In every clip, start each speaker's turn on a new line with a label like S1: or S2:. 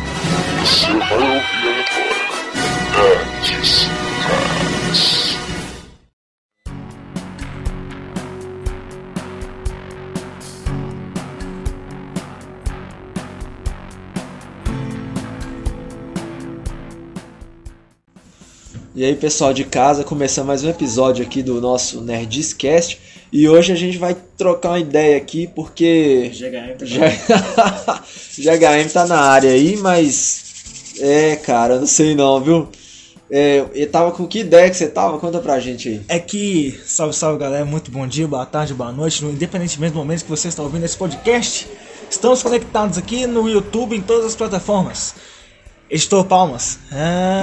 S1: que você vai ouvir agora. Nerds Rats.
S2: E aí, pessoal de casa, começando mais um episódio aqui do nosso Nerdiscast. E hoje a gente vai trocar uma ideia aqui, porque
S3: GHM tá
S2: G- GHM tá na área aí, mas. É, cara, eu não sei não, viu? É, eu tava com que ideia que você tava? Conta pra gente aí.
S3: É que, salve, salve galera, muito bom dia, boa tarde, boa noite, no- independentemente do momento que você está ouvindo esse podcast, estamos conectados aqui no YouTube, em todas as plataformas. Estou palmas.
S1: É
S3: Ah.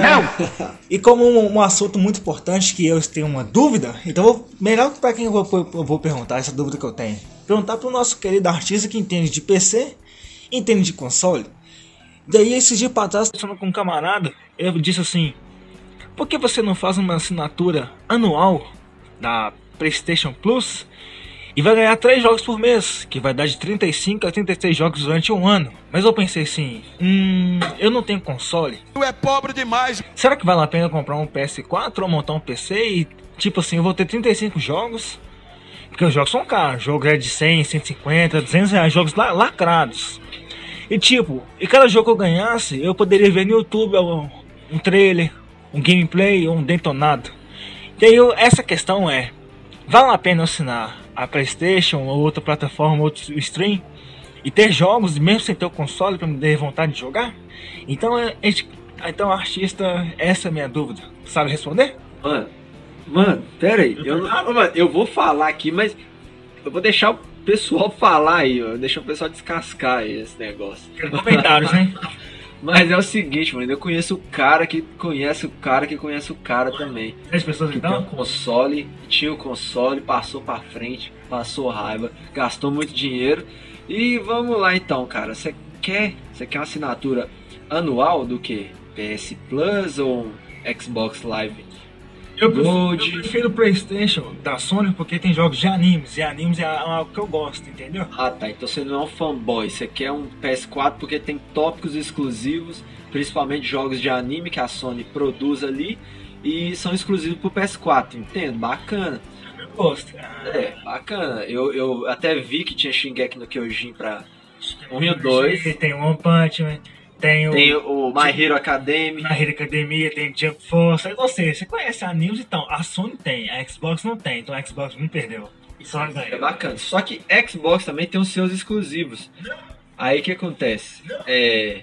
S3: Não! E como um, um assunto muito importante que eu tenho uma dúvida, então eu vou, melhor para quem eu vou, eu vou perguntar essa dúvida que eu tenho. Perguntar para o nosso querido artista que entende de PC, entende de console. Daí esse dia para trás, falando com um camarada, ele disse assim: por que você não faz uma assinatura anual da PlayStation Plus e vai ganhar 3 jogos por mês, que vai dar de 35 a 36 jogos durante um ano? Mas eu pensei assim, hum, eu não tenho console. Tu é pobre demais. Será que vale a pena comprar um PS4 ou montar um PC e tipo assim, eu vou ter 35 jogos? Porque os jogos são caros, jogo é de 100, 150, 200 reais, jogos la- lacrados. E tipo, e cada jogo que eu ganhasse, eu poderia ver no YouTube um, um trailer, um gameplay ou um detonado. E aí eu- essa questão é, vale a pena eu assinar a Playstation ou outra plataforma, outro stream? E ter jogos, mesmo sem ter o console, pra me dar vontade de jogar? Então, é- é de- então artista, essa é a minha dúvida. Sabe responder?
S4: Mano, mano, pera aí. Eu, não- mano, eu vou falar aqui, mas eu vou deixar o pessoal falar aí, ó. Deixar o pessoal descascar aí esse negócio.
S3: Quero comentários, né?
S4: Mas é o seguinte, mano, eu conheço o cara que conhece o cara que conhece o cara também.
S3: As pessoas
S4: Que tem um
S3: então?
S4: console, tinha o console, passou pra frente, passou raiva, gastou muito dinheiro. E vamos lá então, cara. Você quer, você quer uma assinatura anual do que? PS Plus ou um Xbox Live?
S3: Então, Eu prefiro,
S4: Gold.
S3: eu prefiro o Playstation da Sony porque tem jogos de animes, e animes é algo que eu gosto, entendeu?
S4: Ah tá, então você não é um fanboy, você quer um PS4 porque tem tópicos exclusivos, principalmente jogos de anime que a Sony produz ali e são exclusivos pro PS4, entendo? Bacana.
S3: Eu gosto. Ah,
S4: É, bacana. Eu, eu até vi que tinha Shingeki no Kyojin pra. Um e o dois.
S3: Tem One Punch Man, tem o...
S4: Tem o My Hero Academy.
S3: Na Rede Academia tem Jump Force. Aí você, você conhece a News então? A Sony tem, a Xbox não tem, então a Xbox não perdeu. Isso
S4: É bacana. Só que Xbox também tem os seus exclusivos. Aí o que acontece? É.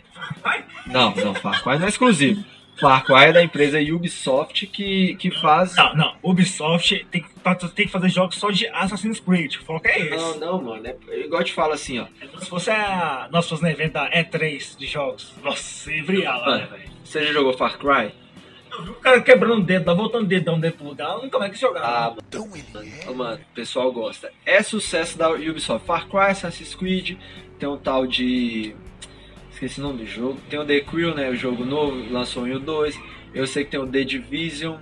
S4: Não, não, Far Cry não é exclusivo. Far Cry é da empresa Ubisoft que, que faz.
S3: Não, não. Ubisoft tem que, fa- tem que fazer jogos só de Assassin's Creed. O foco é esse.
S4: Não, não, mano. É, igual eu te falo assim, ó.
S3: Se fosse a. Nós fosse no evento da E3 de jogos. Nossa, ia brigar lá, né,
S4: Mano.
S3: velho?
S4: Você já jogou Far Cry?
S3: Eu vi o cara quebrando o dedo, tá voltando o dedão dentro pro lugar, eu nunca mais quis é jogar.
S4: Ah,
S1: Então é?
S4: mano, mano, o pessoal gosta. É sucesso da Ubisoft. Far Cry, Assassin's Creed, tem um tal de. Esqueci o nome do jogo. Tem o The Crew, né? O jogo novo, lançou um e o 2. Eu sei que tem o The Division.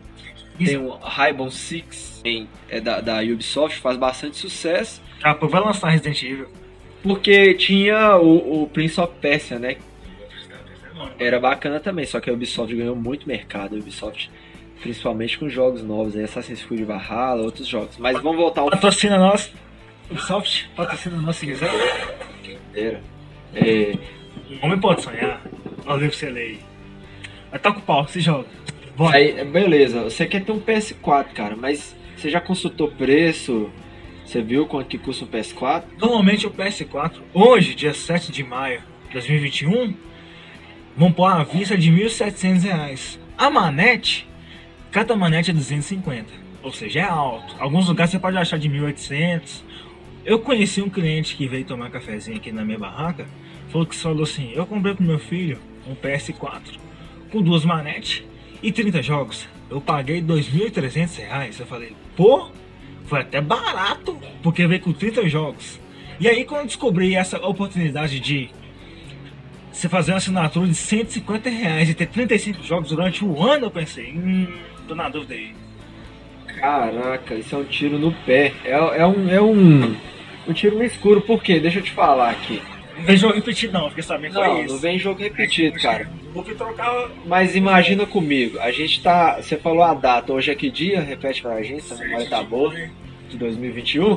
S4: Tem o Rainbow Six, tem- é da, da Ubisoft, faz bastante sucesso.
S3: Daqui a pouco vai lançar Resident Evil.
S4: Porque tinha o, o Prince of Persia, né? era bacana também, só que a Ubisoft ganhou muito mercado, a Ubisoft, principalmente com jogos novos, né? Assassin's Creed Valhalla, outros jogos. Mas vamos voltar ao
S3: Patrocina nós. Ubisoft, patrocina nós se quiser.
S4: Fronteira. É,
S3: O homem pode sonhar. Olha o que você lê. Mas toca o pau, se joga. Bora.
S4: aí, beleza, você quer ter um PS4, cara, mas você já consultou preço? Você viu quanto que custa um PS4?
S3: Normalmente o PS4, hoje, dia 7 de maio de 2021, vão pôr a vista de R$ 1.700. reais. A manete, cada manete é 250. Ou seja, é alto. Alguns lugares você pode achar de 1.800. Eu conheci um cliente que veio tomar cafezinho aqui na minha barraca. Falou que falou assim: Eu comprei pro meu filho um PS4 com duas manetes e 30 jogos. Eu paguei R$ 2.300. reais. Eu falei: Pô, foi até barato, porque veio com 30 jogos. E aí, quando eu descobri essa oportunidade de você fazer uma assinatura de 150 reais e ter 35 jogos durante o ano, eu pensei, hum, tô na dúvida aí.
S4: Caraca, isso é um tiro no pé. É, é um. É um, um tiro no escuro, por quê? Deixa eu te falar aqui.
S3: Não vejo jogo repetido, não, fiquei sabendo que
S4: Não,
S3: foi
S4: não
S3: isso.
S4: vem jogo repetido, cara.
S5: porque trocava.
S4: Mas imagina comigo, a gente tá. Você falou a data, hoje é que dia? Repete pra gente, se a memória tá boa, de 2021.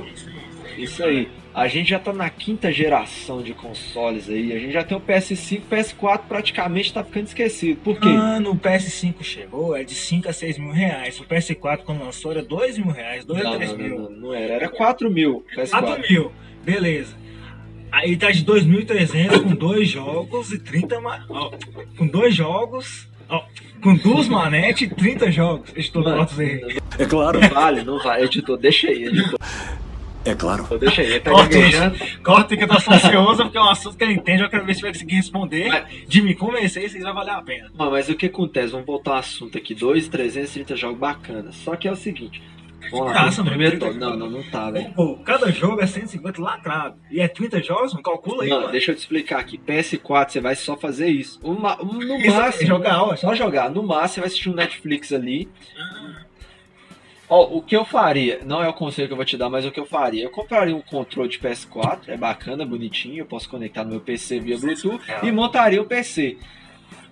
S4: Isso aí. A gente já tá na quinta geração de consoles aí. A gente já tem o PS5, PS4 praticamente tá ficando esquecido. Por quê?
S3: Quando o PS5 chegou, é de 5 a 6 mil reais. O PS4, quando lançou, era 2 mil reais, 2 a
S4: não,
S3: 3
S4: não,
S3: é mil.
S4: não, não, não era. Era 4 mil.
S3: 4
S4: PS4.
S3: mil, Ah, beleza. Aí tá de 2.300 com dois jogos e 30 ma... ó, com dois jogos, ó, com duas manetes e 30 jogos. Estou
S4: Mano,
S3: pronto, errei.
S6: É claro,
S4: Não vale, não vale. Editor, deixa aí, editor.
S6: é claro.
S4: Deixa aí. Tá
S3: Corta isso.
S4: gaguejando.
S3: Corta que eu tô ansioso porque é um assunto que ele entende, eu quero ver se vai conseguir responder. De me convencer, isso aí vai valer a pena.
S4: Mano, mas o que acontece? Vamos voltar ao assunto aqui. 2, 330 jogos bacanas. Só que é o seguinte. Vamos lá.
S3: Nossa, mano,
S4: primeiro
S3: trinta
S4: top. Não, não, não tá, velho.
S3: Pô, cada jogo é 150 lacrado. E é 30 jogos? Não calcula aí,
S4: Mano,
S3: mano.
S4: deixa eu te explicar aqui. PS4, você vai só fazer isso. Uma- um- no
S3: Isso, é
S4: máximo.
S3: jogar, ó,
S4: Só jogar. No máximo, você vai assistir um Netflix ali.
S3: Ah.
S4: Ó, o que eu faria, não é o conselho que eu vou te dar, mas o que eu faria? Eu compraria um controle de PS4, é bacana, bonitinho, eu posso conectar no meu PC via Bluetooth
S3: É.
S4: e montaria um PC.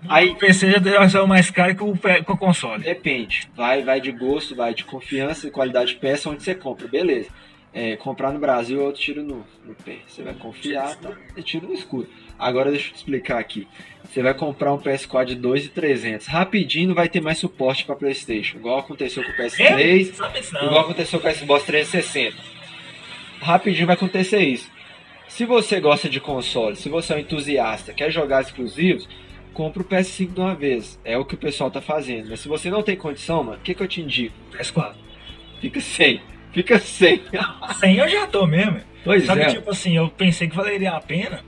S4: Aí
S3: Aí o PC já já é o mais caro que o, pe- que o console.
S4: Depende. Vai, vai de gosto, vai de confiança e qualidade de peça onde você compra. Beleza. É, comprar no Brasil é outro tiro no, no pé. Você vai confiar tá? é tiro no escuro. Agora deixa eu te explicar aqui. Você vai comprar um PS4 de 2,300. Rapidinho não vai ter mais suporte pra PlayStation. Igual aconteceu com o PS3.
S3: Sabe isso
S4: Igual
S3: não.
S4: aconteceu com a Xbox 360. Rapidinho vai acontecer isso. Se você gosta de console, se você é um entusiasta, quer jogar exclusivos, compra o PS5 de uma vez. É o que o pessoal tá fazendo. Mas se você não tem condição, mano, o que, que eu te indico?
S3: PS4.
S4: Fica sem. Fica sem.
S3: Sem eu já tô mesmo.
S4: Pois
S3: Sabe,
S4: é.
S3: tipo assim, eu pensei que valeria a pena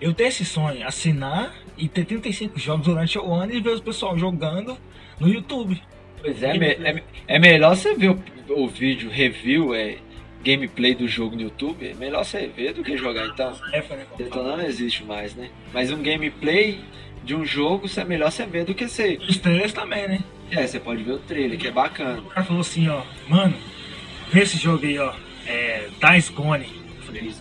S3: eu ter esse sonho, assinar e ter 35 jogos durante o ano e ver os pessoal jogando no YouTube.
S4: Pois é, me- é, é melhor você ver o, o vídeo review, é, gameplay do jogo no YouTube. É melhor você ver do que jogar então.
S3: É, falei, pô,
S4: Então não existe mais, né? Mas um gameplay de um jogo, isso é melhor você ver do que você
S3: Os trailers também, né?
S4: É, você pode ver o trailer, que é bacana.
S3: O cara falou assim, ó, mano, vê esse jogo aí, ó, é Dice Gone. Eu falei,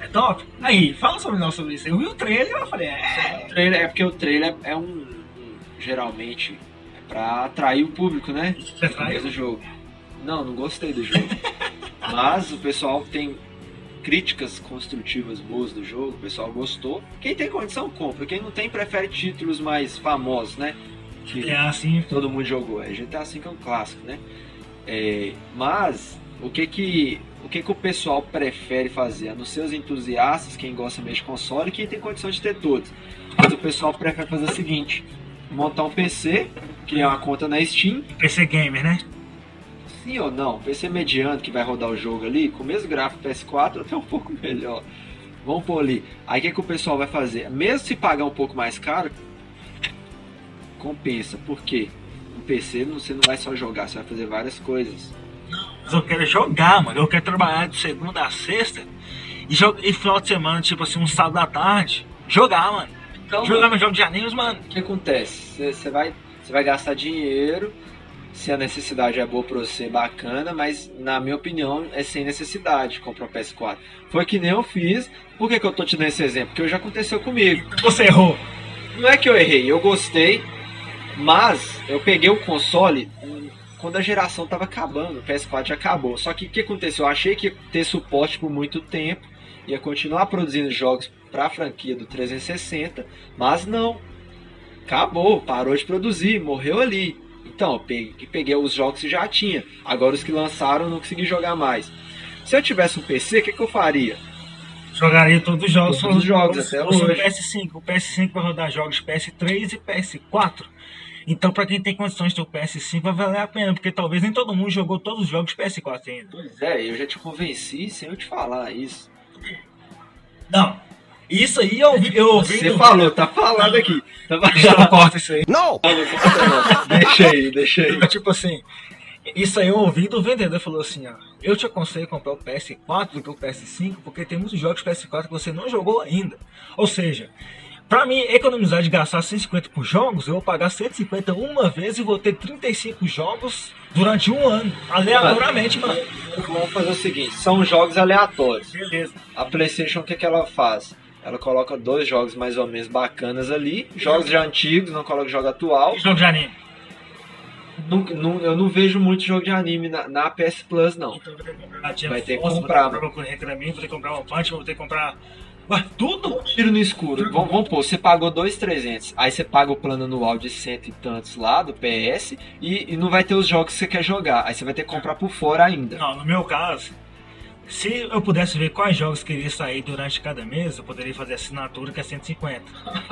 S3: É top? Aí, fala sobre nós sobre isso. Eu vi o trailer e eu falei, é.
S4: O trailer é porque o trailer é um. um- geralmente é pra atrair o público, né?
S3: Você
S4: Mas
S3: traz
S4: o jogo. Não, não gostei do jogo. Mas o pessoal tem críticas construtivas boas do jogo, o pessoal gostou. Quem tem condição compra, quem não tem prefere títulos mais famosos, né? Que-
S3: É assim,
S4: todo mundo jogou. É, GTA V é um clássico, né? É, mas o que que o que que o pessoal prefere fazer? A não ser os entusiastas, quem gosta mesmo de console, quem tem condição de ter todos. Mas o pessoal prefere fazer o seguinte: montar um PC, criar uma conta na Steam,
S3: PC Gamer, né?
S4: sim ou não, PC mediano que vai rodar o jogo ali, com o mesmo gráfico PS4, até um pouco melhor. Vamos pôr ali. Aí o que, que o pessoal vai fazer? Mesmo se pagar um pouco mais caro, compensa. Por quê? No PC não- você não vai só jogar, você vai fazer várias coisas.
S3: Mas eu quero jogar, mano. Eu quero trabalhar de segunda a sexta e, jo- e final de semana, tipo assim, um sábado à tarde, jogar, mano.
S4: Então,
S3: jogar
S4: mano,
S3: meu jogo de animes, mano.
S4: o que acontece? Você- Você vai, você vai gastar dinheiro, se a necessidade é boa pra você, bacana, mas na minha opinião é sem necessidade comprar um PS4. Foi que nem eu fiz. Por que, que eu tô te dando esse exemplo? Porque já aconteceu comigo.
S3: Você errou.
S4: Não é que eu errei, eu gostei, mas eu peguei o console hum, quando a geração tava acabando, o PS4 já acabou. Só que o que aconteceu? Eu achei que ia ter suporte por muito tempo, ia continuar produzindo jogos pra franquia do 360, mas não. Acabou, parou de produzir, morreu ali. Então, eu peguei, peguei os jogos que já tinha. Agora os que lançaram eu não consegui jogar mais. Se eu tivesse um PC, o que, que eu faria?
S3: Jogaria todos os jogos.
S4: Todos os jogos, até
S3: o
S4: hoje.
S3: PS5. O PS5 vai rodar jogos de PS3 e PS4. Então, pra quem tem condições de ter o PS5, vai valer a pena, porque talvez nem todo mundo jogou todos os jogos de PS4 ainda.
S4: Pois é, eu já te convenci sem eu te falar isso.
S3: Não. Isso aí eu ouvi. Eu ouvi
S4: Você
S3: do-
S4: falou, tá falado aqui. Tá
S3: Já
S4: falado.
S3: corta isso aí.
S4: deixa aí, deixa aí.
S3: Mas, tipo assim, isso aí eu ouvi do vendedor, falou assim, ó, eu te aconselho a comprar o PS4 do que o PS5, porque tem muitos jogos PS4 que você não jogou ainda. Ou seja, pra mim, economizar de gastar 150 por jogos, eu vou pagar 150 uma vez e vou ter 35 jogos durante um ano, aleatoriamente, mano.
S4: Vamos fazer o seguinte: são jogos aleatórios.
S3: Beleza.
S4: A PlayStation, o é que, que ela faz? Ela coloca dois jogos mais ou menos bacanas ali. Jogos já antigos, não coloca jogo atual.
S3: Jogo de anime.
S4: Não- não- eu não vejo muito jogo de anime na, na PS Plus, não.
S3: Então eu vou ter que comprar a Jam
S4: Vai ter que
S3: Force,
S4: comprar,
S3: Vou ter que comprar o Recramin, vou ter que comprar o Punch, vou ter que comprar. Ué, tudo?
S4: Tiro no escuro. Vamos, vamos pôr, você pagou 2,300. Aí você paga o plano anual de cento e tantos lá do PS. E, e não vai ter os jogos que você quer jogar. Aí você vai ter que comprar por fora ainda.
S3: Não, no meu caso, se eu pudesse ver quais jogos que iria sair durante cada mês, eu poderia fazer assinatura que é 150.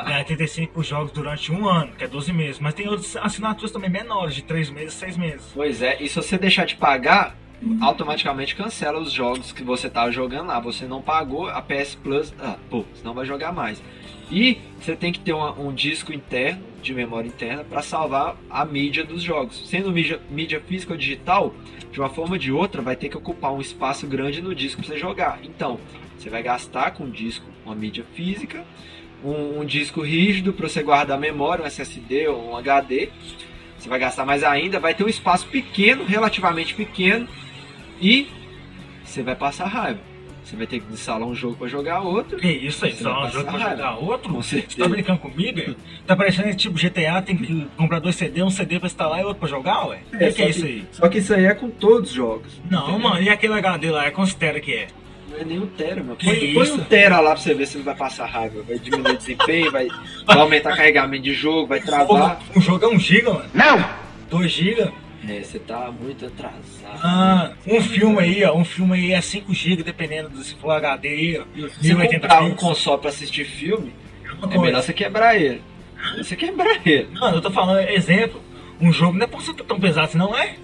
S3: Ganhar 85 jogos durante um ano, que é 12 meses. Mas tem outras assinaturas também menores, de 3 meses, 6 meses.
S4: Pois é, e se você deixar de pagar, automaticamente cancela os jogos que você tava jogando lá. Você não pagou, a PS Plus, ah, pô, você não vai jogar mais. E você tem que ter uma- um disco interno, de memória interna, para salvar a mídia dos jogos. Sendo mídia, mídia física ou digital, de uma forma ou de outra, vai ter que ocupar um espaço grande no disco para você jogar. Então, você vai gastar com o disco uma mídia física, um, um disco rígido para você guardar a memória, um SSD ou um HD, você vai gastar mais ainda, vai ter um espaço pequeno, relativamente pequeno, e você vai passar raiva. Você vai ter que instalar um jogo pra jogar outro.
S3: Que isso aí,
S4: Você
S3: só
S4: vai
S3: um jogo pra
S4: passar
S3: jogar outro?
S4: Com
S3: Você tá
S4: certeza.
S3: brincando comigo? hein? Tá parecendo esse tipo GTA, tem que comprar dois CD, um CD pra instalar e outro pra jogar, ué? O que, que
S4: só
S3: é isso aí?
S4: Só que isso aí é com todos os jogos.
S3: Não,
S4: entendeu?
S3: mano, e aquele HD lá, é considera que é?
S4: Não é nem um tera, mano.
S3: Que
S4: Põe, põe
S3: isso?
S4: um tera lá pra você ver se não vai passar raiva. Vai diminuir o desempenho, vai, vai aumentar carregamento de jogo, vai travar.
S3: Um jogo é 1 giga, mano. Não! 2 giga?
S4: É, você tá muito atrasado.
S3: Ah, um filme aí, ó. Um filme aí é 5 GB, dependendo do se for HD aí, ó.
S4: Se você
S3: 1080p.
S4: comprar um console pra assistir filme, é melhor você quebrar ele. É Você quebrar ele.
S3: Mano, eu tô falando, exemplo, um jogo não é pra você tá tão pesado, não é?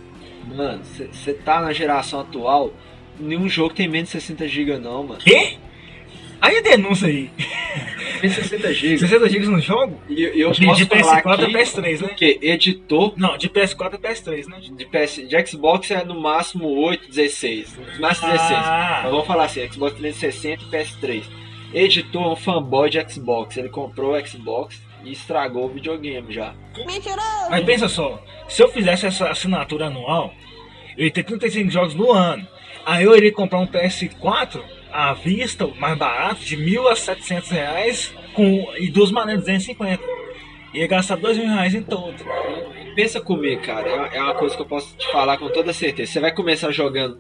S4: Mano, você tá na geração atual, nenhum jogo tem menos de 60 GB não, mano.
S3: Quê? Aí é denúncia aí.
S4: Menos de 60 GB.
S3: 60 GB no jogo?
S4: E eu, eu
S3: De,
S4: posso
S3: de
S4: falar
S3: PS4 a
S4: aqui
S3: PS3, né?
S4: que editor
S3: Não, de PS4 a PS3, né?
S4: de, PS, de Xbox é no máximo 8, 16. No máximo 16. Mas
S3: Ah,
S4: vamos falar assim, Xbox 360 e PS3. Editor é um fanboy de Xbox. Ele comprou o Xbox e estragou o videogame já.
S3: mas pensa só, se eu fizesse essa assinatura anual, eu ia ter 35 jogos no ano. Aí eu iria comprar um PS4 à vista, o mais barato, de 1.700 reais, com, e duas maneiras de 250. Ia gastar 2 mil reais em todo.
S4: Pensa comigo, cara. É uma- É uma coisa que eu posso te falar com toda certeza. Você vai começar jogando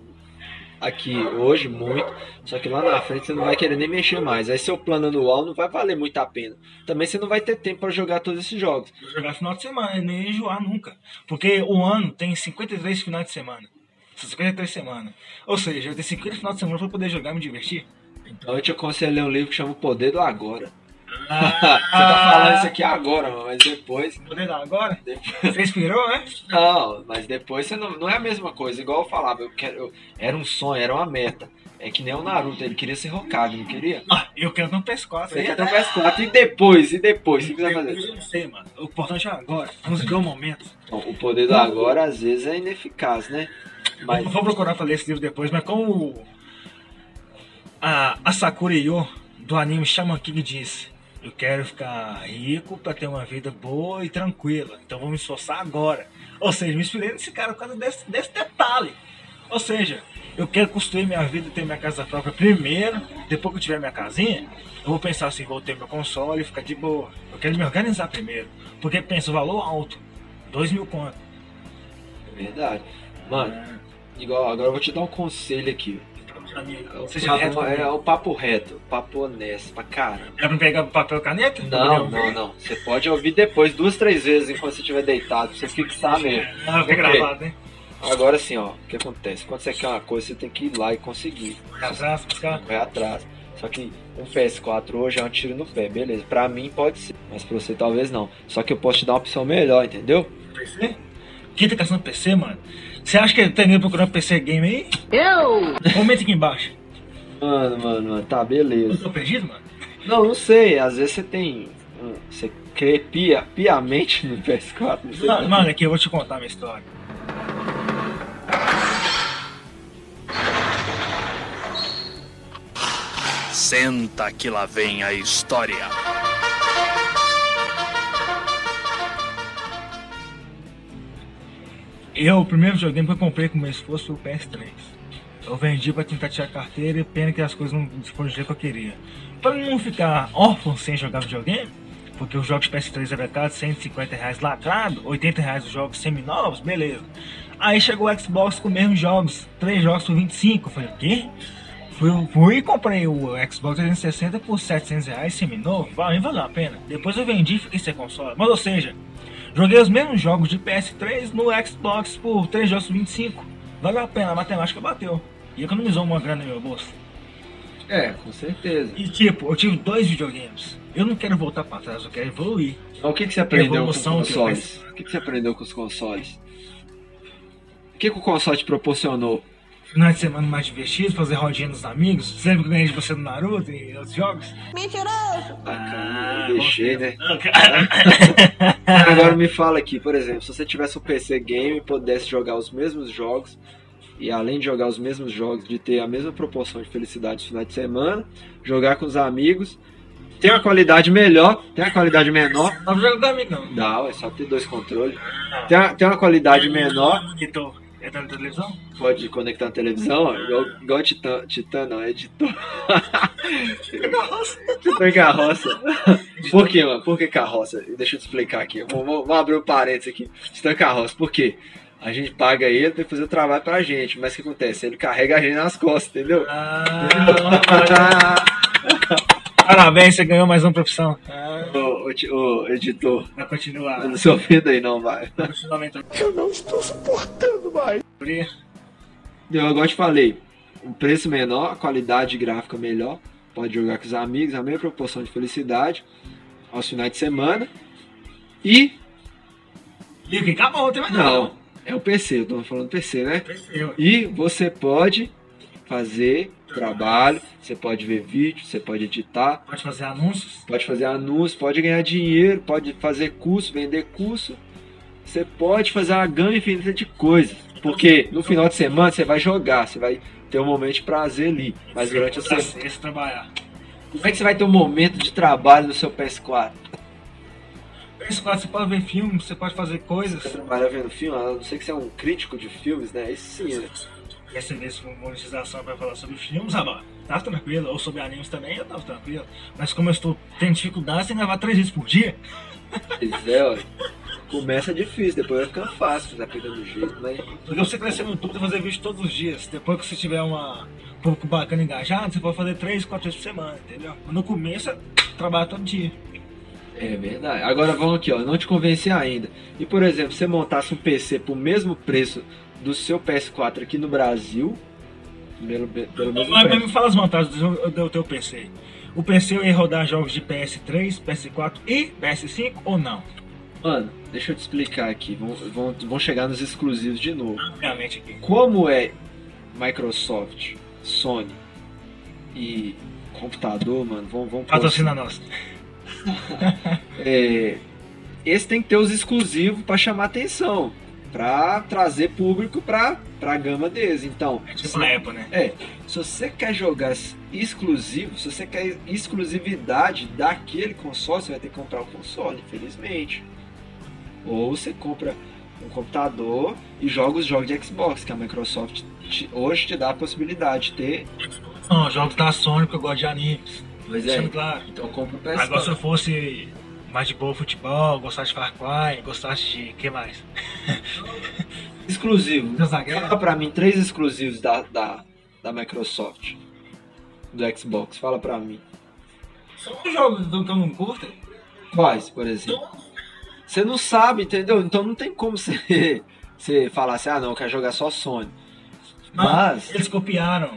S4: aqui hoje muito, só que lá na frente você não vai querer nem mexer mais. Aí seu plano anual não vai valer muito a pena. Também você não vai ter tempo pra jogar todos esses jogos.
S3: Vou jogar final de semana, eu não ia enjoar nunca. Porque o ano tem 53 finais de semana. São 53 semanas. Ou seja, eu tenho 50 finais de semana pra poder jogar e me divertir.
S4: Então eu te aconselho a ler um livro que chama O Poder do Agora. você tá falando isso aqui agora, mano, mas depois.
S3: Poder dar agora? Você inspirou, né?
S4: Ah. Não, mas depois você não, não é a mesma coisa. Igual eu falava, eu quero. eu- era um sonho, era uma meta. É que nem o Naruto, ele queria ser Hokage, não queria?
S3: Ah, eu quero ter um PS4.
S4: Você
S3: aí,
S4: quer ter
S3: né?
S4: um PS4 e depois, e depois, o que você vai fazer?
S3: um Eu não sei, mano. O importante é agora. Vamos ver o momento.
S4: Bom, o poder do agora às vezes é ineficaz, né? Mas
S3: Eu vou procurar pra ler esse livro depois, mas como o- a, a Sakura Yo do anime Shaman King disse, eu quero ficar rico pra ter uma vida boa e tranquila, então vou me esforçar agora. Ou seja, me inspirei nesse cara por causa desse, desse detalhe. Ou seja, eu quero construir minha vida e ter minha casa própria primeiro, depois que eu tiver minha casinha, eu vou pensar assim, vou ter meu console e ficar de boa. Eu quero me organizar primeiro, porque penso, valor alto, 2 mil conto. Né?
S4: é verdade. Mano, igual agora eu vou te dar um conselho aqui.
S3: Seja
S4: Papo-
S3: reto
S4: é o papo reto, papo honesto pra caramba.
S3: Dá pra pegar papel e caneta?
S4: Não, não, não. Você pode ouvir depois, duas, três vezes, enquanto você estiver deitado, pra você fixar mesmo.
S3: Ah,
S4: Por quê?
S3: fica gravado, né?
S4: Agora sim, ó, o que acontece? Quando você quer uma coisa, você tem que ir lá e conseguir.
S3: Casar, ficar.
S4: Vai atrás. Só que um PS4 hoje é um tiro no pé, beleza. Pra mim pode ser, mas pra você talvez não. Só que eu posso te dar uma opção melhor, entendeu?
S3: PC? Quem tá caçando PC, mano? Você acha que tem ninguém procurando PC game aí? Eu! Comenta aqui embaixo.
S4: Mano, mano, mano, tá, beleza.
S3: Eu tô perdido, mano?
S4: Não, não sei. Às vezes você tem. hum, Você crê pia, piamente no PS4. Não sei.
S3: Ah, Mano, mano, aqui eu vou te contar a minha história.
S6: Senta que lá vem a história.
S3: Eu, o primeiro videogame que eu comprei com meu esposo foi o PS3. Eu vendi pra tentar tirar a carteira e pena que as coisas não foram do jeito que eu queria. Pra não ficar órfão sem jogar videogame, porque os jogos PS3 era caro, 150 reais lacrado, 80 reais os jogos seminovos, beleza. Aí chegou o Xbox com os mesmos jogos, três jogos por 25. Eu falei, o quê? Fui, fui e comprei o Xbox 360 por 700 reais seminovo, valeu, valeu a pena. Depois eu vendi e fiquei sem console. Mas ou seja, joguei os mesmos jogos de PS3 no Xbox por 3 jogos por 25. Valeu a pena, a matemática bateu. E economizou uma grana no meu bolso.
S4: É, com certeza.
S3: E tipo, eu tive dois videogames. Eu não quero voltar pra trás, eu quero evoluir.
S4: Mas o que, que você aprendeu com os
S3: Evolução que eu
S4: consoles? O que, que você aprendeu com os consoles? O que, que o console te proporcionou?
S3: Final de semana mais divertido, fazer rodinha dos amigos. Você lembra que eu ganhei de você no Naruto e outros jogos?
S4: Ah, deixei, né?
S3: Ah, cara.
S4: Agora me fala aqui, por exemplo, se você tivesse um PC game e pudesse jogar os mesmos jogos, e além de jogar os mesmos jogos, de ter a mesma proporção de felicidade no final de semana, jogar com os amigos, tem uma qualidade melhor, tem uma qualidade menor.
S3: Não tava jogando com amigo, não.
S4: Não, é só ter dois controles. Tem uma, tem uma qualidade menor,
S3: Monitor. É da televisão?
S4: pode conectar na televisão, ó, igual, igual Titã, Titã não, é editor.
S3: Nossa.
S4: Titã carroça. Por que, mano? Por que carroça? Deixa eu te explicar aqui. Eu Vou, vou- vou abrir um parênteses aqui. Titã carroça, por quê? A gente paga ele pra ele fazer o trabalho pra gente, mas o que acontece? Ele carrega a gente nas costas, entendeu?
S3: Ah, Parabéns, você ganhou mais uma profissão. Ah,
S4: ô, ô, ti- ô, editor,
S3: vai continuar.
S4: eu não sou ouvido aí não, vai.
S3: Vai continuar aumentando.
S1: Eu não estou suportando mais.
S4: Eu agora te falei, um preço menor, a qualidade gráfica melhor, pode jogar com os amigos, a mesma proporção de felicidade, aos finais de semana. E
S3: Liga que acabou, tem mais
S4: Não, é o PC, eu tô falando PC, né?
S3: Perfeito.
S4: E você pode fazer trabalho, você pode ver vídeo, você pode editar,
S3: Pode fazer anúncios.
S4: pode fazer anúncio, pode ganhar dinheiro, pode fazer curso, vender curso. Você pode fazer uma gama infinita de coisas. Porque no final de semana você vai jogar, você vai ter um momento de prazer ali. Mas durante a
S3: Outra
S4: semana.
S3: sexta, trabalhar.
S4: Como é que você vai ter um momento de trabalho no seu PS4?
S3: PS4, você pode ver filmes, você pode fazer coisas.
S4: Você trabalha vendo filme, a não ser que você é um crítico de filmes, né? Isso sim, né?
S3: E essa vez com monetização vai falar sobre filmes, rapaz. Tá tranquilo, ou sobre animes também, eu tava tranquilo. Mas como eu estou tendo dificuldade sem gravar três vezes por dia,
S4: Pois é, ó. Começa difícil, depois vai ficando fácil, vai pegando jeito, mas.
S3: porque você crescer no YouTube e fazer vídeo todos os dias. Depois que você tiver uma, um público bacana engajado, você pode fazer três, quatro vezes por semana, entendeu? Mas no começo, é trabalho todo dia.
S4: É verdade. Agora vamos aqui, ó. Não te convencer ainda. E por exemplo, você montasse um PC pro mesmo preço do seu PS4 aqui no Brasil. Pelo, pelo mesmo
S3: Mas, mas
S4: preço.
S3: me fala as vantagens do, do teu PC. O PC ia rodar jogos de PS3, PS4 e PS5 ou não?
S4: Mano, deixa eu te explicar aqui. Vão, vão, vão chegar nos exclusivos de novo.
S3: Obviamente aqui.
S4: Como é Microsoft, Sony e computador, mano, vão, vão pôr-
S3: Patrocina nós.
S4: É, esse tem que ter os exclusivos pra chamar atenção, pra trazer público pra pra gama deles. Então,
S3: Tipo na Apple, né?
S4: É, se você quer jogar exclusivo, se você quer exclusividade daquele console, você vai ter que comprar o console, infelizmente. Ou você compra um computador e joga os jogos de Xbox, que a Microsoft te- hoje te dá a possibilidade de ter.
S3: Não, jogos da Sony, porque eu gosto de animes.
S4: Pois
S3: Deixando claro.
S4: então compra o
S3: Agora se eu
S4: PS4.
S3: fosse mais de boa futebol, gostasse de Far Cry, gostasse de. que mais?
S4: Exclusivo.
S3: Deus da
S4: Fala
S3: Guerra?
S4: pra mim três exclusivos da, da, da Microsoft. Do Xbox, fala pra mim.
S3: São os jogos do que eu não curto.
S4: Quais, por exemplo? Você não sabe, entendeu? Então não tem como você, você falar assim, ah não, eu quero jogar só Sony. Mas,
S3: Eles copiaram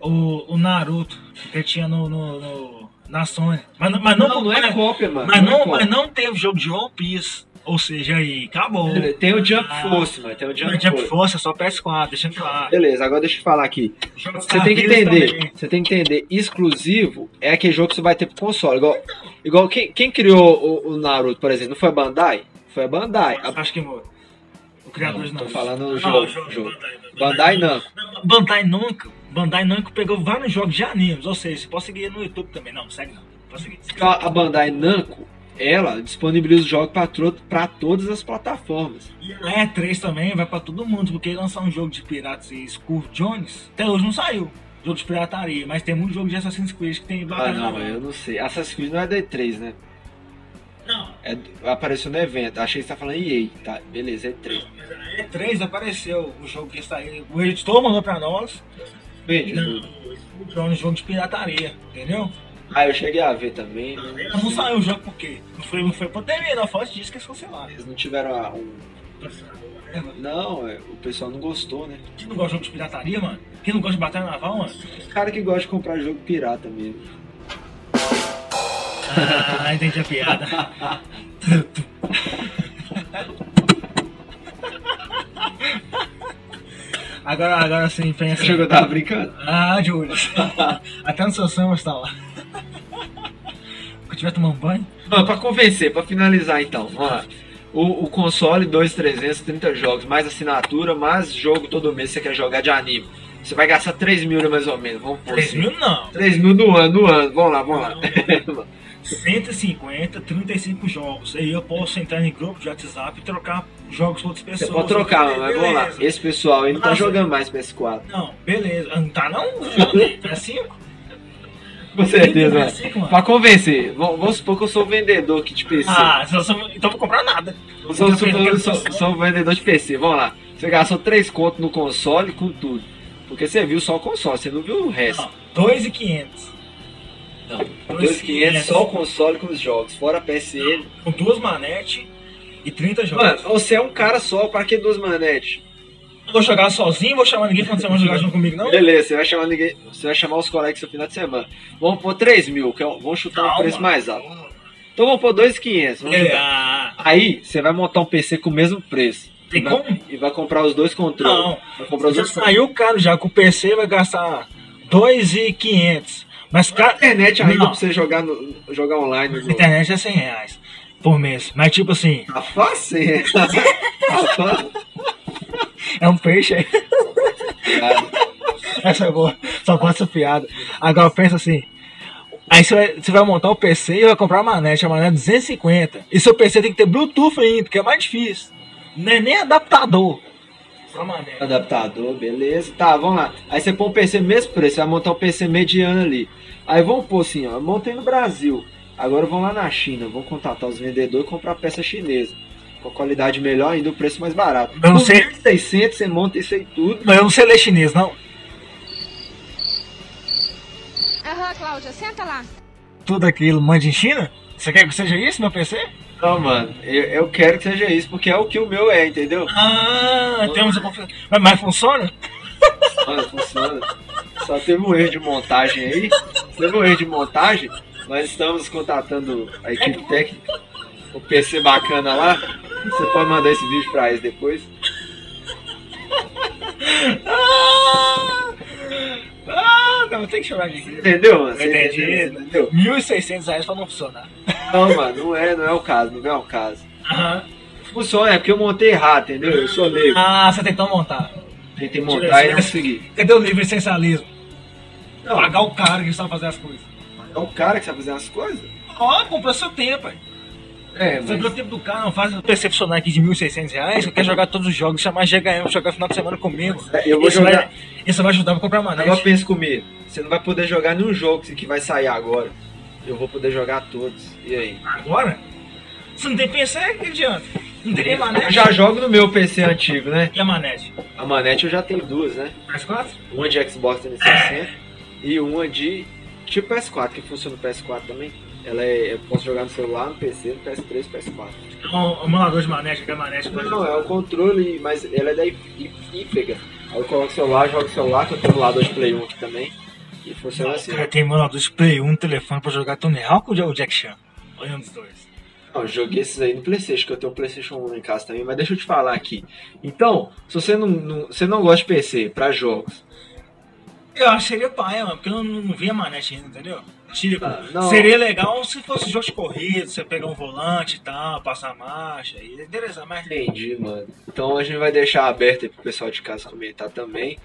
S3: o, o Naruto que tinha no, no- no- na Sony. Mas, não- mas não,
S4: não, não é cópia, mano.
S3: Mas
S4: é
S3: não,
S4: cópia.
S3: mas não teve jogo de One Piece. Ou seja, aí acabou.
S4: Tem o Jump
S3: Ah,
S4: Force, mano. Tem o Jump,
S3: Jump, Jump
S4: Force.
S3: Force é só PS4, deixando claro.
S4: Beleza, agora deixa eu falar aqui.
S3: Jogos
S4: Você tem que
S3: cabeça
S4: entender,
S3: também.
S4: você tem que entender, exclusivo é aquele jogo que você vai ter pro console. Igual, igual quem, quem criou o, o Naruto, por exemplo, não foi a Bandai? Foi a Bandai. A
S3: Acho que o o criador
S4: Não,
S3: de
S4: tô
S3: Naruto.
S4: falando
S3: Não,
S4: jogo, jogo. Bandai não.
S3: Não, Bandai Namco. Bandai Namco pegou
S4: tá-
S3: vários jogos de animes. Ou seja, você pode seguir no YouTube também. Não, segue não. Pode seguir.
S4: A Bandai Namco, ela disponibiliza os jogos para todas as plataformas.
S3: E a E3 também vai pra todo mundo, porque lançar um jogo de piratas e Scourge Jones, até hoje não saiu. Jogo de pirataria, mas tem muito jogo de Assassin's Creed que tem
S4: Ah,
S3: batalha.
S4: não, eu não sei. Assassin's Creed não é da E3, né?
S3: Não,
S4: É- apareceu no evento. Achei que você tá falando EA, tá? Beleza, E3.
S3: mas a E3 apareceu o jogo que saiu. O editor mandou pra nós.
S4: Bem,
S3: Não, Scourge Jones, jogo de pirataria, entendeu?
S4: Ah, eu cheguei a ver também. né?
S3: Não, saiu o jogo porque não foi, não foi pandemia, não. Fora disso que eles cancelaram.
S4: Eles não tiveram a- um. Não, é, o pessoal não gostou, né?
S3: Quem não gosta de jogo de pirataria, mano? Quem não gosta de batalha naval, mano?
S4: Cara que gosta de comprar jogo pirata mesmo.
S3: Ah, entendi a piada. agora, agora sim, pensa.
S4: Achou que eu tava brincando?
S3: Ah, Júlio. Até no seu samba está lá. Quando tiver tomando banho.
S4: Mano, pra convencer, pra finalizar então, vamos lá. O, o console, 2,300, 30 jogos, mais assinatura, mais jogo todo mês que você quer jogar de anime. Você vai gastar 3 mil né, mais ou menos, vamos pôr.
S3: 3
S4: assim.
S3: mil não.
S4: 3 mil no ano, no ano, vamos lá, vamos lá.
S3: 150, 35 jogos. Aí eu posso entrar em grupo de WhatsApp e trocar jogos com outras
S4: Você
S3: pessoas.
S4: pode trocar, mano, mas vamos lá.
S3: Beleza.
S4: Esse pessoal aí não tá
S3: Nossa.
S4: jogando mais PS4.
S3: Não, beleza. Ah, Não tá não? PS5?
S4: Com certeza,
S3: PS5,
S4: mano. Pra convencer, vamos, vamos supor que eu sou um vendedor aqui de PC.
S3: Ah, se eu sou- então vou comprar nada.
S4: Eu sou, sou,
S3: Eu
S4: sou,
S3: sou-
S4: sou um vendedor de PC, vamos lá. Você gastou 3 contos no console com tudo. Porque você viu só o console, você não viu o resto.
S3: Não, 2,500.
S4: Não, 2.500
S3: 2.500
S4: só um. o console com os jogos, fora a PSN.
S3: Com duas manetes e 30 jogos.
S4: Mano, você é um cara só, pra que duas manetes?
S3: Eu vou jogar sozinho, vou chamar ninguém pra você vai jogar junto comigo, não?
S4: Beleza, você vai chamar ninguém. Você vai chamar os colegas no final de semana. Vamos pôr 3 mil, que é um- vamos chutar um
S3: Calma.
S4: preço mais alto. Então vamos pôr 2.500, vamos
S3: É,
S4: chutar.
S3: ah,
S4: Aí você vai montar um PC com o mesmo preço.
S3: Tem
S4: E vai-
S3: como?
S4: E vai comprar os dois controles.
S3: Não.
S4: Vai comprar os
S3: já
S4: dois controles.
S3: saiu caro já, com o PC vai gastar 2,500. Mas cara,
S4: Internet ainda
S3: Não.
S4: pra você jogar, no- jogar online.
S3: a
S4: No...
S3: internet é 100 reais por mês. Mas tipo assim,
S4: Tá fácil, hein? Tá fácil.
S3: é um peixe aí. Essa é boa. Só pode ser piada. Agora pensa assim. Aí você vai, você vai montar o PC e vai comprar uma manete, a manete é 250. E seu PC tem que ter Bluetooth ainda, que é mais difícil. Não é nem adaptador. Só manete.
S4: Adaptador, beleza. Tá, vamos lá. Aí você põe um PC mesmo preço, você vai montar um PC mediano ali. Aí vamos pôr assim, ó, eu montei no Brasil. Agora vão lá na China, vão contratar os vendedores e comprar peça chinesa. Com a qualidade melhor ainda, o preço mais barato.
S3: Eu não
S4: Com
S3: sei.
S4: 1.600, você monta isso aí tudo.
S3: Não, eu não sei ler chinês, não.
S7: Aham, Cláudia, senta lá.
S3: Tudo aquilo mande em China? Você quer que seja isso, meu PC?
S4: Não, mano, eu, eu quero que seja isso, porque é o que o meu é, entendeu?
S3: Ah, temos a confiança. Mas, mas funciona?
S4: Mano, funciona. Só teve um erro de montagem aí. Teve um erro de montagem. Nós estamos contatando a equipe técnica. O PC bacana lá. Você pode mandar esse vídeo pra eles depois.
S3: Ah, ah, não, tem que chamar de
S4: Entendeu, mano? Você
S3: Entendi.
S4: entendeu? Você entendeu?
S3: 1.600 reais pra não funcionar.
S4: Não, mano, não é, não é o caso, não é o caso.
S3: Aham.
S4: Funciona, é porque eu montei errado, entendeu? Eu sou leigo.
S3: Ah, você tentou montar.
S4: Tentei montar e não consegui.
S3: Cadê o livre essencialismo?
S4: Não,
S3: Pagar o cara que sabe fazer as coisas.
S4: é o cara que sabe fazer as coisas.
S3: Ó, comprou seu tempo, aí.
S4: É,
S3: Comprou
S4: mas...
S3: o tempo do cara, não faz decepcionar aqui de 1.600 reais, que quer jogar todos os jogos, chamar GHM pra jogar final de semana comigo.
S4: É, Eu vou
S3: isso
S4: jogar.
S3: Vai, isso vai ajudar pra comprar
S4: Agora
S3: manete.
S4: pensa comigo. Você não vai poder jogar nenhum jogo que vai sair agora. Eu vou poder jogar todos. E aí?
S3: Agora? Você não tem PC, que adianta? Não tem nem
S4: Eu
S3: manete?
S4: já jogo no meu PC antigo, né?
S3: E a manete?
S4: A manete eu já tenho duas, né?
S3: Mais quatro?
S4: Uma de Xbox 360 e uma de tipo PS4, que funciona no PS4 também. Ela é, eu posso jogar no celular, no PC, no PS3, PS4.
S3: Um emulador de manete, que é manete.
S4: Não, não, é o controle, mas ela é da Ifega. Aí eu coloco o celular, jogo o celular, que eu tenho um lado de Play 1 aqui também. E funciona assim.
S3: Cara, tem emulador de Play 1 telefone pra jogar Tony Hawk ou Jack Chan? Olha um dos dois.
S4: Não, eu joguei esses aí no Playstation, que eu tenho um Playstation 1 em casa também, mas deixa eu te falar aqui. Então, se você não, não- você não gosta de PC pra jogos,
S3: Eu acho que seria paia, mano, porque eu não, não vi a manete ainda, entendeu? Tipo,
S4: Ah, não.
S3: seria legal se fosse jogo de corrida, você pegar um volante e tal, passar marcha, e interessante, mas
S4: Entendi, mano. Então a gente vai deixar aberto aí pro pessoal de casa comentar também.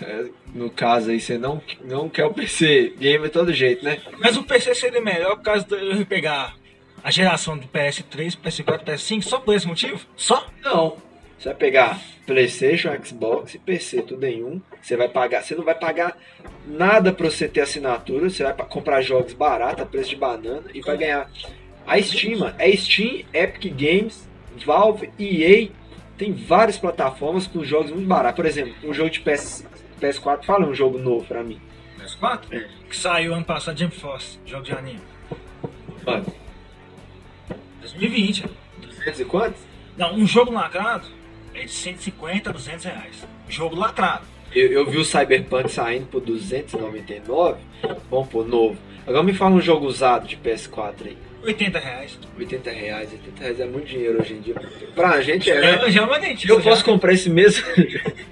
S4: É, no caso aí, você não, não quer o PC gamer todo jeito, né?
S3: Mas o PC seria melhor por causa de eu pegar a geração do PS3, PS4, PS5 só por esse motivo? Só?
S4: Não. Você vai pegar PlayStation, Xbox e PC, tudo em um. Você vai pagar, você não vai pagar nada pra você ter assinatura. Você vai pa- comprar jogos baratos, a preço de banana e vai ganhar a Steam, mano. É Steam, Epic Games, Valve, EA. Tem várias plataformas com jogos muito baratos. Por exemplo, um jogo de PS, PS4, fala um jogo novo pra mim.
S3: PS4?
S4: É.
S3: Que saiu ano passado, Jump Force, jogo de anime.
S4: Mano,
S3: 2020.
S4: 200 e quantos?
S3: Não, um jogo lacrado é de 150 a 200 reais. Jogo lacrado.
S4: Eu, eu vi o Cyberpunk saindo por 299. Vamos pôr novo. Agora me fala um jogo usado de PS4 aí.
S3: 80 reais.
S4: 80 reais, 80 reais é muito dinheiro hoje em dia. Pra gente é. né?
S3: Eu, já é uma dentista.
S4: Eu posso comprar esse mesmo.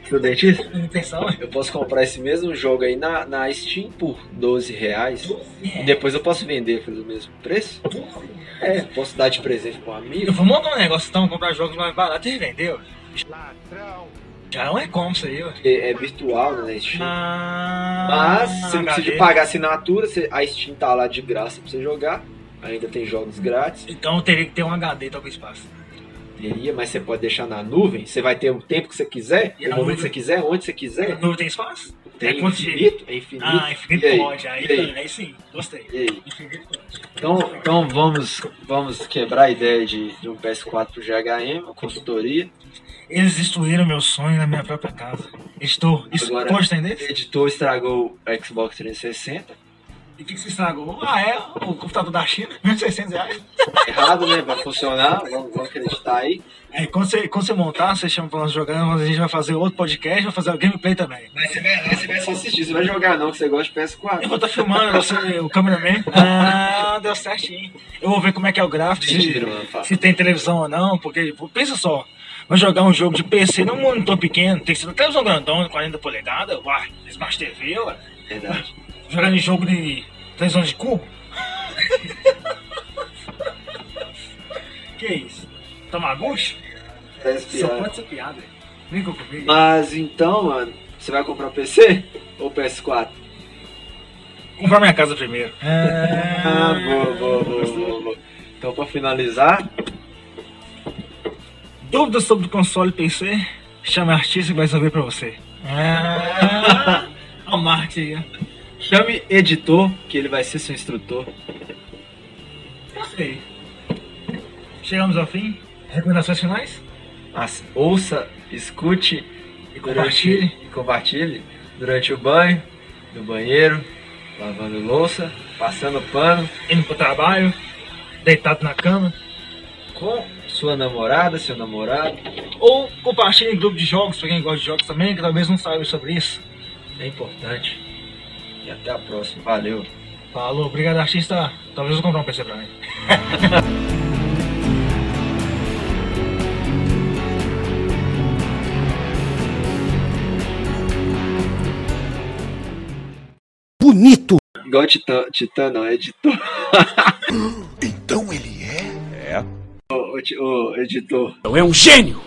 S4: Seu dentista?
S3: com intenção.
S4: Eu posso comprar esse mesmo jogo aí na, na Steam por 12 reais. E depois eu posso vender pelo mesmo preço? É, posso dar de presente pra um
S3: Eu
S4: amigo.
S3: vou montar um negócio então, comprar jogos mais baratos e vender. ué. Já é um e-commerce aí, ué.
S4: porque É virtual né, na Steam.
S3: Mas, Ah,
S4: Mas você não Ah, precisa de
S3: HD.
S4: pagar assinatura, você- a Steam tá lá de graça pra você jogar. Ainda tem jogos grátis,
S3: Então eu teria que ter um HD talvez espaço.
S4: teria, mas você pode deixar na nuvem. Você vai ter o tempo que você quiser,
S3: E na
S4: o momento que
S3: nuvem?
S4: você quiser, onde você quiser.
S3: Não tem espaço?
S4: Tem
S3: É quanto de-
S4: infinito? É infinito.
S3: Ah, infinito
S4: E aí?
S3: pode. Aí,
S4: E aí?
S3: aí sim, gostei.
S4: E aí?
S3: Infinito pode.
S4: Então, então vamos, vamos quebrar a ideia de, de um PS4 pro GHM, uma consultoria.
S3: Eles destruíram meu sonho na minha própria casa. Estou. Isso
S4: Agora-
S3: pode entender?
S4: O editor estragou o Xbox 360.
S3: E o que, que se estragou? Ah, é o computador da China, 1.600 reais.
S4: Errado, né? Vai funcionar, vamos, vamos acreditar aí.
S3: Aí É, quando você, quando você montar, você chama pra nós jogar, mas a gente vai fazer outro podcast, vai fazer o gameplay também.
S4: Mas você vai, você vai só assistir, você vai jogar não, que você gosta de
S3: Eu
S4: PS4.
S3: vou estar filmando você, o cameraman. Ah, deu certinho. Eu vou ver como é que é o gráfico,
S4: Mentira,
S3: se,
S4: mano. fala.
S3: se tem televisão ou não, porque pô, pensa só. Vai jogar um jogo de PC num monitor pequeno, tem que ser uma televisão grandona, 40 polegadas, uai, Smart TV, uai.
S4: Verdade.
S3: Jogando em jogo de televisão de cubo? que isso? Tamagotchi?
S4: Tá
S3: Só
S4: inspirado.
S3: pode ser piada. Vem comigo.
S4: Mas então, mano, você vai comprar PC ou PS4?
S3: Comprar minha casa primeiro.
S4: Ah, boa, boa, boa, boa, boa. Então, pra finalizar,
S3: Dúvidas sobre o console PC? Chame a artista que vai resolver pra você. Ah. né? Ó o Marte aí, ó.
S4: chame editor, que ele vai ser seu instrutor.
S3: Gostei. Chegamos ao fim. Recomendações finais?
S4: As- ouça, escute
S3: E
S4: compartilhe,
S3: compartilhe.
S4: e compartilhe durante o banho, no banheiro, lavando louça, passando pano
S3: Indo pro trabalho, deitado na cama.
S4: com sua namorada, seu namorado.
S3: Ou compartilhe em grupo de jogos, pra quem gosta de jogos também, que talvez não saiba sobre isso.
S4: É importante. E até a próxima. Valeu.
S3: Falou, obrigado artista. Talvez eu comprar um PC pra mim.
S1: Bonito!
S4: Igual Titã, Titã não, editor.
S1: Então ele é?
S4: Ô, ô, ti- ô, editor,
S6: Então é um gênio!